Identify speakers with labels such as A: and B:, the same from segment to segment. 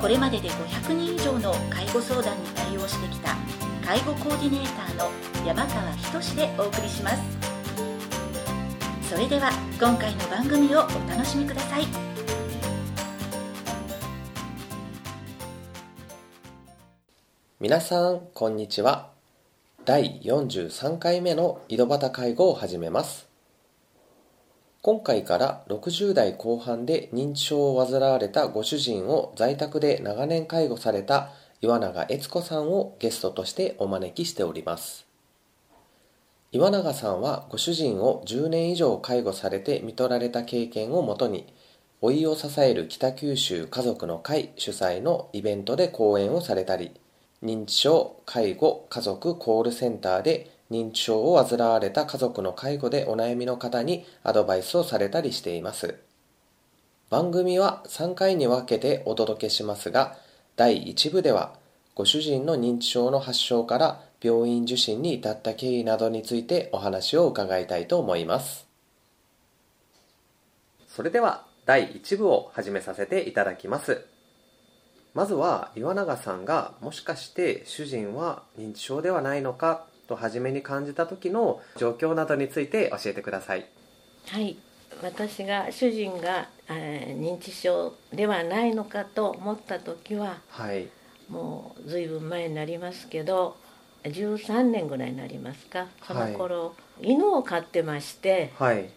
A: これまでで500人以上の介護相談に対応してきた介護コーディネーターの山川仁でお送りしますそれでは今回の番組をお楽しみください
B: 皆さんこんにちは第43回目の井戸端介護を始めます今回から60代後半で認知症を患われたご主人を在宅で長年介護された岩永悦子さんをゲストとしてお招きしております岩永さんはご主人を10年以上介護されてみとられた経験をもとに老いを支える北九州家族の会主催のイベントで講演をされたり認知症介護家族コールセンターで認知症を患われた家族の介護でお悩みの方にアドバイスをされたりしています番組は3回に分けてお届けしますが第1部ではご主人の認知症の発症から病院受診に至った経緯などについてお話を伺いたいと思いますそれでは第1部を始めさせていただきますまずは岩永さんがもしかして主人は認知症ではないのかと初めに感じた時の状況などについて教えてください
C: はい私が主人が、えー認知症ではないのかと思った時は
B: はい
C: もう随分前になりますけど13年ぐらいになりますかその頃、犬を飼ってまして
B: はい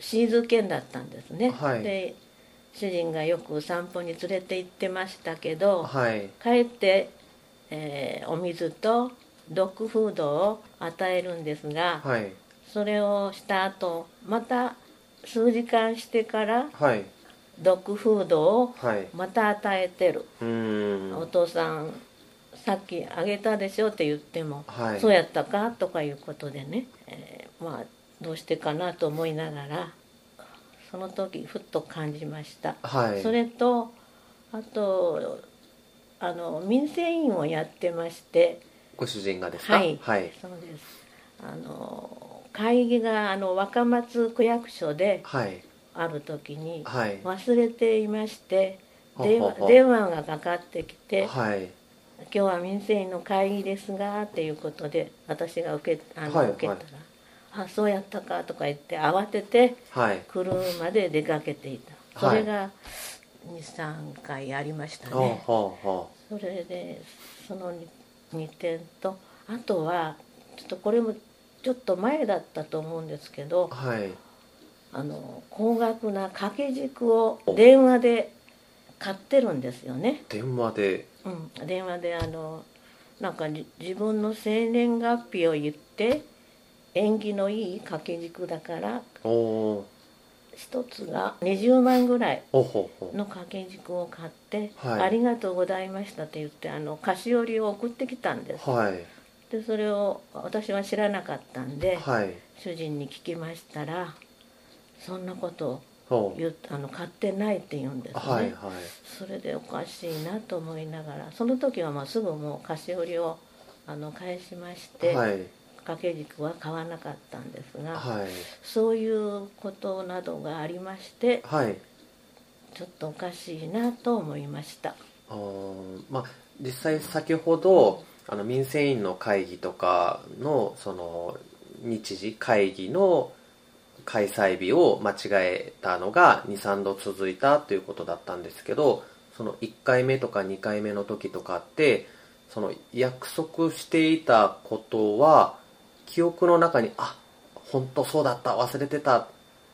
C: シーズー犬だったんですね、
B: はい
C: で主人がよく散歩に連れて行ってましたけど、
B: はい
C: 帰って、えーお水とドッグフードを与えるんですが、
B: はい
C: それをした後また数時間してから
B: はい
C: ドッグフードを
B: はいう
C: また与えてる、
B: ー
C: お
B: ん
C: 父さんさっきあげたでしょって言っても、
B: はい
C: そうやったかとかいうことでね、えーまあどうしてかなと思いながらその時ふっと感じました、
B: はい
C: それとあとあの民生委員をやってまして
B: ご主人がですか
C: はい
B: はい
C: そうですあの会議があの若松区役所で
B: はい
C: ある時に
B: はい
C: 忘れていまして
B: ほう
C: 電
B: ほう
C: 話
B: ほう
C: 電話がかかってきて
B: はい
C: 「今日は民生委員の会議ですが」っていうことで私が受けあの、
B: はい
C: 受けたら
B: はい
C: 「あそうやったか」とか言って慌てて
B: はい
C: 車で出かけていたそ
B: はい
C: れが23回ありましたね。
B: ほうほうほ
C: それでその2点とあとはちょっとこれもちょっと前だったと思うんですけど
B: うはい
C: あの高額な掛け軸を電話で買ってるんですよね、
B: 電話で
C: うん、電話であのなんかじ自分の生年月日を言って縁起のいい掛け軸だから
B: おお
C: 一つが20万ぐらい
B: ほうほうほう
C: の掛け軸を買って「
B: はい
C: ありがとうございました」って言ってあの菓子折りを送ってきたんです
B: はい
C: でそれを私は知らなかったんで、
B: はい
C: 主人に聞きましたらそんなこと
B: ほう
C: 言うあの買ってないって言うんですね、
B: はいはい
C: それでおかしいなと思いながらその時はまあすぐもう菓子折りをあの返しまして、
B: はい
C: 掛け軸は買わなかったんですが、
B: はい
C: そういうことなどがありまして
B: はい
C: ちょっとおかしいなと思いました
B: あーまあ、実際先ほどあの民生委員の会議とかのその日時会議の開催日を間違えたのが23度続いたということだったんですけどその1回目とか2回目の時とかってその約束していたことは記憶の中にあ本当そうだった忘れてたっ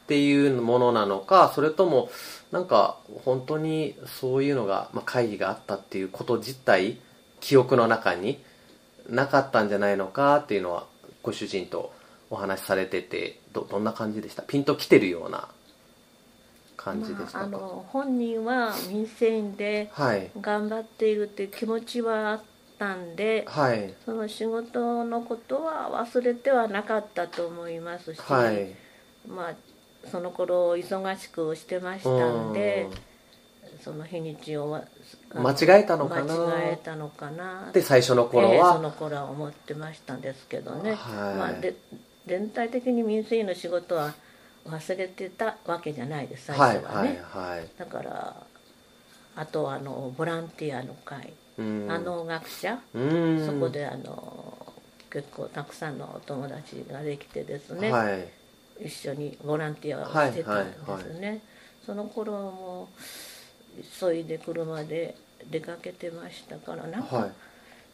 B: ていうものなのかそれともなんか本当にそういうのが、まあ、会議があったっていうこと自体記憶の中になかったんじゃないのかっていうのはご主人とお話しされててどどんな感じでしたピンときてるような感じでした
C: まあ、
B: か、
C: あの本人は民生委員で
B: はい
C: 頑張っているって気持ちはあっったんで
B: はい
C: その仕事のことは忘れてはなかったと思いますし、
B: はい
C: まあその頃忙しくしてましたんでその日にちをわあの
B: 間違えたのかな
C: 間違えたのかな
B: うんで最初の頃
C: ええそ
B: は、
C: の頃は思ってましたんですけど
B: は
C: ね、
B: い
C: まあ、で全体的に民生委員の仕事は忘れてたわけじゃないです最
B: はい
C: 初は
B: は
C: ね、
B: いはい
C: だからあとはあのボランティアの会、
B: うん
C: あの学者、
B: うん
C: そこであの結構たくさんのお友達ができてですね、
B: はい
C: 一緒にボランティアをしてたんですね、
B: はいはい
C: その頃も急いで車で出かけてましたからなんか
B: は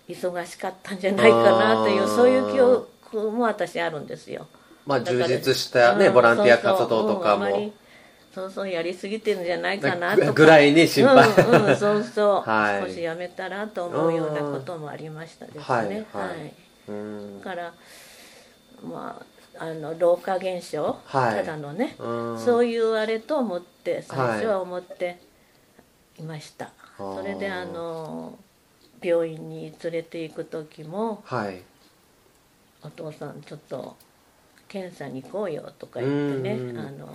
B: い
C: 忙しかったんじゃないかなとい
B: あー
C: うそういう記憶も私あるんですよ。
B: まあ
C: だか
B: 充
C: ら
B: 実したね
C: うん
B: ボランティア
C: そうそ
B: 活
C: う
B: 動とか
C: うんあま
B: も
C: りそうそうやりすぎてるんじゃないかなと
B: ぐ
C: か
B: ぐらいに心配
C: うん、うん、そうそう、
B: はい
C: 少しやめたらと思うようなこともありましたですね。
B: はいはい
C: だからまああの老化現象、
B: はい
C: ただのね、
B: そ
C: そううんいうあれと思って最初は思っていました、
B: あー
C: それであの病院に連れて行く時も
B: はい
C: 「お父さんちょっと検査に行こうよ」とか言ってね
B: うん
C: あの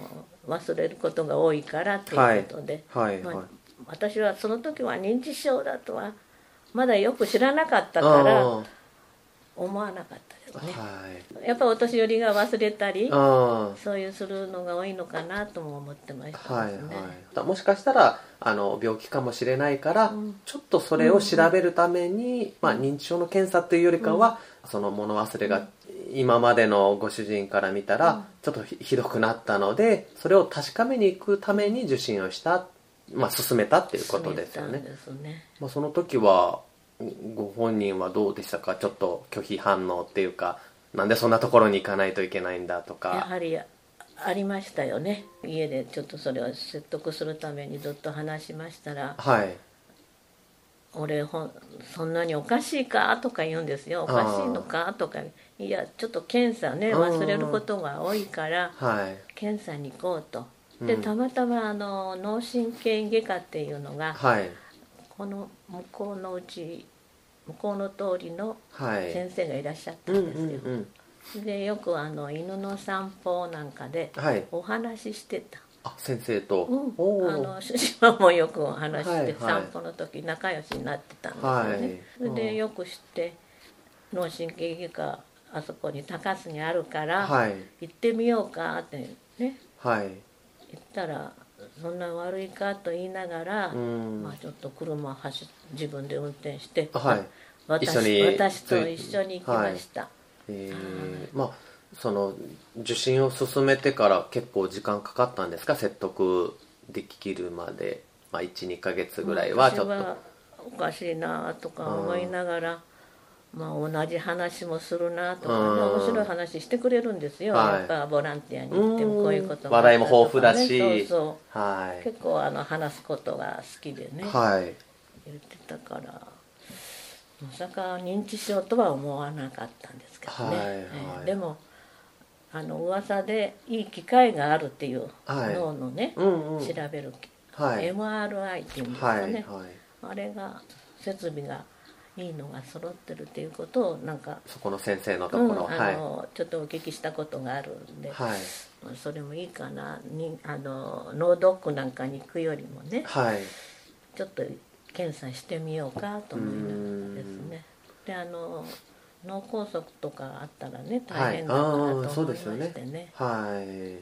C: 忘れることが多いからっていうことで、
B: はい
C: まあ
B: はい
C: 私はその時は認知症だとはまだよく知らなかったから
B: うん
C: 思わなかったですね。
B: はい
C: やっぱお年寄りが忘れたり
B: うん
C: そういうするのが多いのかなとも思ってました
B: はい
C: ですね。
B: はい、もしかしたらあの病気かもしれないから、
C: うん
B: ちょっとそれを調べるために、まあ、認知症の検査というよりかは、その物忘れが今までのご主人から見たら、
C: うん
B: ちょっとひひどくなったのでそれを確かめに行くために受診をした、まあ、進めたっていうことですよ
C: そう
B: ね
C: で、すね
B: まあ、その時はごご本人はどうでしたかちょっと拒否反応っていうかなんでそんなところに行かないといけないんだと
C: や
B: か
C: はりあありましたよね家でちょっとそれを説得するためにずっと話しましたら
B: はい
C: 「俺ほんそんなにおかしいか?」とか言うんですよ「おかしいのか?」とか「いやちょっと検査ね忘れることが多いから
B: はい
C: 検査に行こうと」で
B: うん
C: たまたまあの脳神経外科っていうのが
B: はい
C: この向こうのうち向こうの通りの
B: はい
C: 先生がいらっしゃった
B: うん
C: んで
B: うん
C: す
B: う
C: よ
B: ん
C: でよくあの犬の散歩なんかで
B: はい
C: お話ししてた、
B: あ先生と、
C: うん
B: おお
C: あの主人はもうよくお話し
B: は
C: し
B: い
C: て
B: はい
C: 散歩の時仲良しになってたんですよね、
B: はい
C: それでよく知って脳神経外科あそこに高須にあるから、
B: はい
C: 行ってみようかってね
B: はい
C: 言ったらそんな悪いかと言いながら、
B: うん、
C: まあ、ちょっと車走っ自分で運転して、
B: はい
C: 私
B: 一緒に
C: 私と一緒に行きました、
B: えー、まあその受診を進めてから結構時間かかったんですか説得できるまで、まあ、12ヶ月ぐらいはちょっ
C: 私
B: と
C: はおかしいなとか思いながら、まあ、同じ話もするなとかね、
B: うん
C: 面白い話してくれるんですよ、
B: はい
C: やっぱボランティアに行って
B: うん
C: もこういうこと
B: 話題も豊富だし
C: あったとかねそう
B: は
C: そう
B: い
C: 結構あの話すことが好きでね、
B: はい
C: 言ってたからまさか認知症とは思わなかったんですけどね、
B: はいはい
C: ええでもあの噂でいい機会があるっていう、
B: はい
C: 脳のね、
B: うんうん
C: 調べる、
B: はい
C: MRI っていうんですか
B: は
C: ね、
B: いはい
C: あれが設備がいいのが揃ってるっていうことをなんか、
B: そこの先生のと
C: う
B: こ
C: ん
B: ろ、は
C: あ
B: い
C: のちょっとお聞きしたことがあるんで、
B: はい
C: それもいいかなにあの脳ドックなんかに行くよりもね
B: はい
C: ちょっと検査してみようかと思いながらですねであの脳梗塞とかあったらね大変だなと
B: はいあ
C: 思
B: ー
C: いま
B: そうですよね
C: してね
B: はい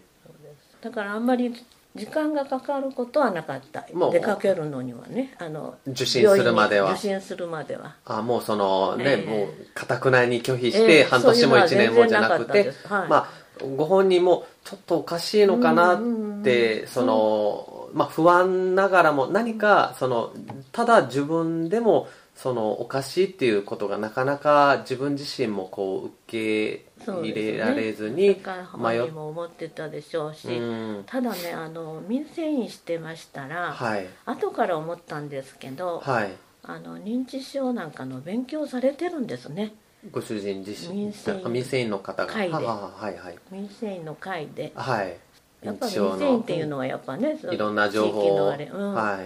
C: だからあんまり時間がかかることはなかった
B: もう
C: 出かけるのにはねあの
B: 受診するまで
C: 病院に
B: は
C: 受診するまでは。
B: あもうそのね、
C: ええ
B: もうかたくなに拒否し
C: え
B: て
C: え
B: 半年も1年もじゃなくて
C: そういうのは全然なかったですはい
B: まあご本人もちょっとおかしいのかな
C: うんうん
B: っ
C: う
B: てそのまあ不安ながらも何かそのただ自分でもそのおかしいっていうことがなかなか自分自身もこう受け入れられずに
C: だから本
B: 迷っ
C: 人も思ってたでしょうし、
B: うん
C: ただねあの民生委員してましたら、
B: はい
C: 後から思ったんですけど、
B: はい
C: あの認知症なんかの勉強されてるんですね
B: ご主人自身
C: 民生委員
B: あ民生委員の方が
C: 会で
B: はははいはい
C: 民生委員の会で
B: はい
C: やっぱ
B: 認
C: り
B: 知症の
C: 民生委員っていうのはやっぱね、そう
B: いろんな情
C: 地域
B: 報
C: の
B: を
C: あれ、うん
B: は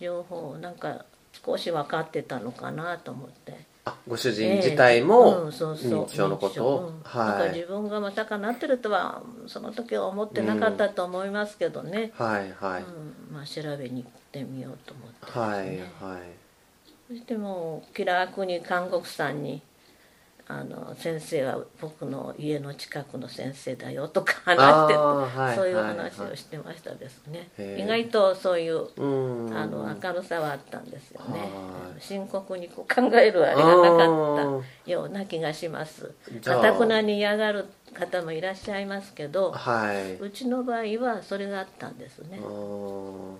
B: い
C: 情報をなんか少し分かってたのかなと思って
B: あご主人自体も
C: うんそうそう
B: 認知症のことを、
C: 認知症うんだ
B: は
C: から
B: い
C: 自分がまさかなってるとはその時は思ってなかったと思いますけどね、
B: はいは
C: う
B: い、
C: んまあ、調べに行ってみようと思ってですね、
B: はいはい
C: そしてもう気楽に看護婦さんに「あの先生は僕の家の近くの先生だよ」とか話して、
B: あーはい
C: そういう
B: はい
C: 話
B: は
C: を
B: い
C: してましたですね、
B: へー
C: 意外とそういう
B: うん
C: あの明るさはあったんですよね
B: は
C: 深刻にこう考えるあれがなかったような気がします
B: じゃあ
C: かたくなに嫌がる方もいらっしゃいますけど
B: はい、
C: うちの場合はそれがあったんですね
B: うん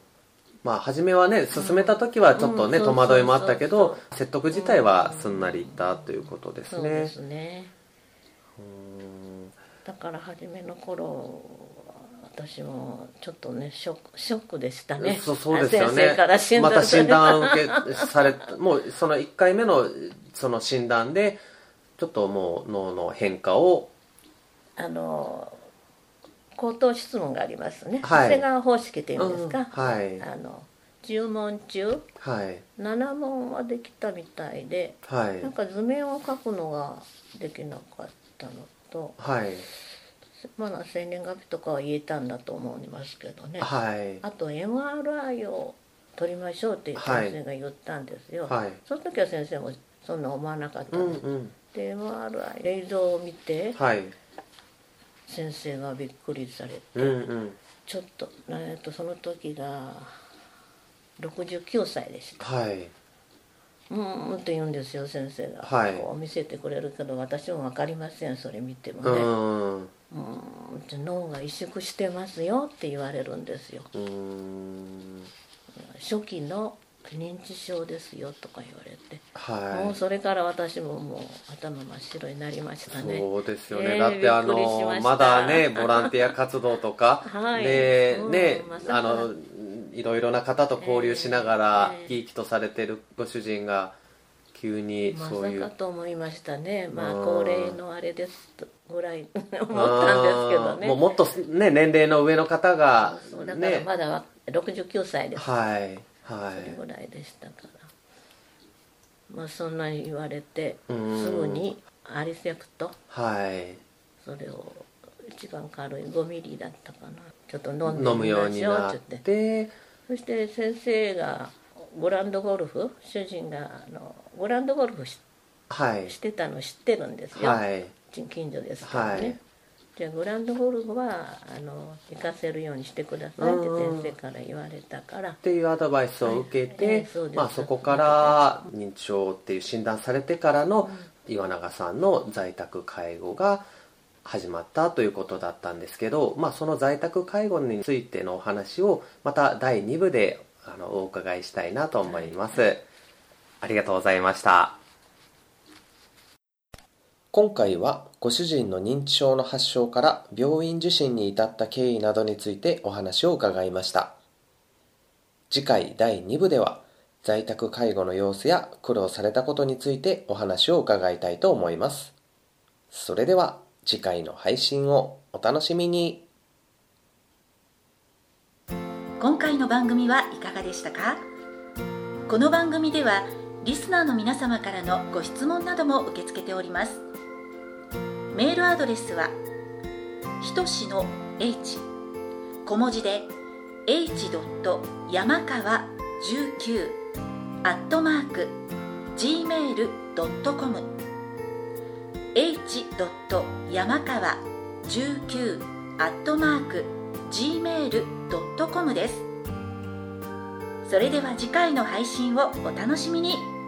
B: まあ初めはね進めた時はちょっとね
C: うん
B: 戸惑いもあったけ
C: そう
B: ど
C: そう
B: 説得自体はすんなりいったということで
C: そ
B: す
C: うで
B: ね
C: すね
B: うん
C: だから初めの頃は私もちょっとねショックショックでしたね
B: そうそうですよね
C: 先生から診断
B: また
C: され
B: 診
C: た
B: 断受けされもうその1回目のその診断でちょっともう脳の変化を
C: あの口頭質問がありますね、
B: はい
C: 長谷川方式って言うんです
B: うん
C: か、
B: はい
C: あの10問中
B: はい
C: 7問はできたみたいで
B: は
C: なん
B: い
C: か図面を描くのができなかったのと
B: はい
C: まだ生年月日とかは言えたんだと思いますけどね
B: はい
C: あと MRI を取りましょうって先生が言ったんですよ、
B: はい
C: その時は先生もそんな思わなかった
B: うんん
C: です、
B: うん
C: で MRI 映像を見て
B: はい
C: 先生がびっくりされて
B: うんうん
C: ちょっと,、えー、とその時が69歳でした
B: はい
C: 「うーん」って言うんですよ先生が、
B: はい
C: こう見せてくれるけど私も分かりませんそれ見ても
B: う
C: ね
B: ん
C: 「うーん」って脳が萎縮してますよって言われるんですよ
B: うん
C: 初期の認知症ですよとか言われて、も
B: は
C: うそれから私ももう頭真っ白になりました
B: い
C: ね
B: そうですよね、
C: えー
B: だってあ
C: びっくりしま
B: の
C: した
B: まだねボランティア活動とか、
C: はい
B: で
C: うん
B: ね、
C: まさか
B: あのいろいろな方と交流しながら
C: えー
B: 生き生きとされてるご主人が急に
C: ま
B: そういう、
C: さかと思いましたねまあ
B: うん
C: 高齢のあれですぐらい思ったんですけど
B: あー
C: ね
B: もうもっとね年齢の上の方が
C: そうだから
B: ね
C: まだわ69歳です、
B: はい
C: それ
B: は
C: ぐらいでしたからまあそんなに言われて
B: うん
C: すぐにアリセプト
B: いはい
C: それを一番軽い5ミリだったかなちょっと飲んで
B: 飲む
C: み
B: よう
C: ま
B: に
C: しょう
B: な
C: っ
B: って
C: 言って
B: て
C: そして先生がグランドゴルフ主人があのグランドゴルフし
B: はい
C: してたの知ってるんですよ、
B: はい
C: 近近所ですからね、
B: はい
C: じゃあグランドゴルフはあの行かせるようにしてくださいって先生から言われたから
B: っていうアドバイスを受けて、
C: はいええそうです
B: まあ、そこから認知症っていう診断されてからの岩永さんの在宅介護が始まったということだったんですけど、まあ、その在宅介護についてのお話をまた第2部であのお伺いしたいなと思います、ありがとうございました今回はご主人の認知症の発症から病院受診に至った経緯などについてお話を伺いました次回第2部では在宅介護の様子や苦労されたことについてお話を伺いたいと思いますそれでは次回の配信をお楽しみに
A: 今回の番組はいかがでしたかこの番組ではリスナーの皆様からのご質問なども受け付けておりますメールアドレスはひとしの h 小文字で h. 山川19アットマーク gmail.com h. 山川19アットマーク gmail.com ですそれでは次回の配信をお楽しみに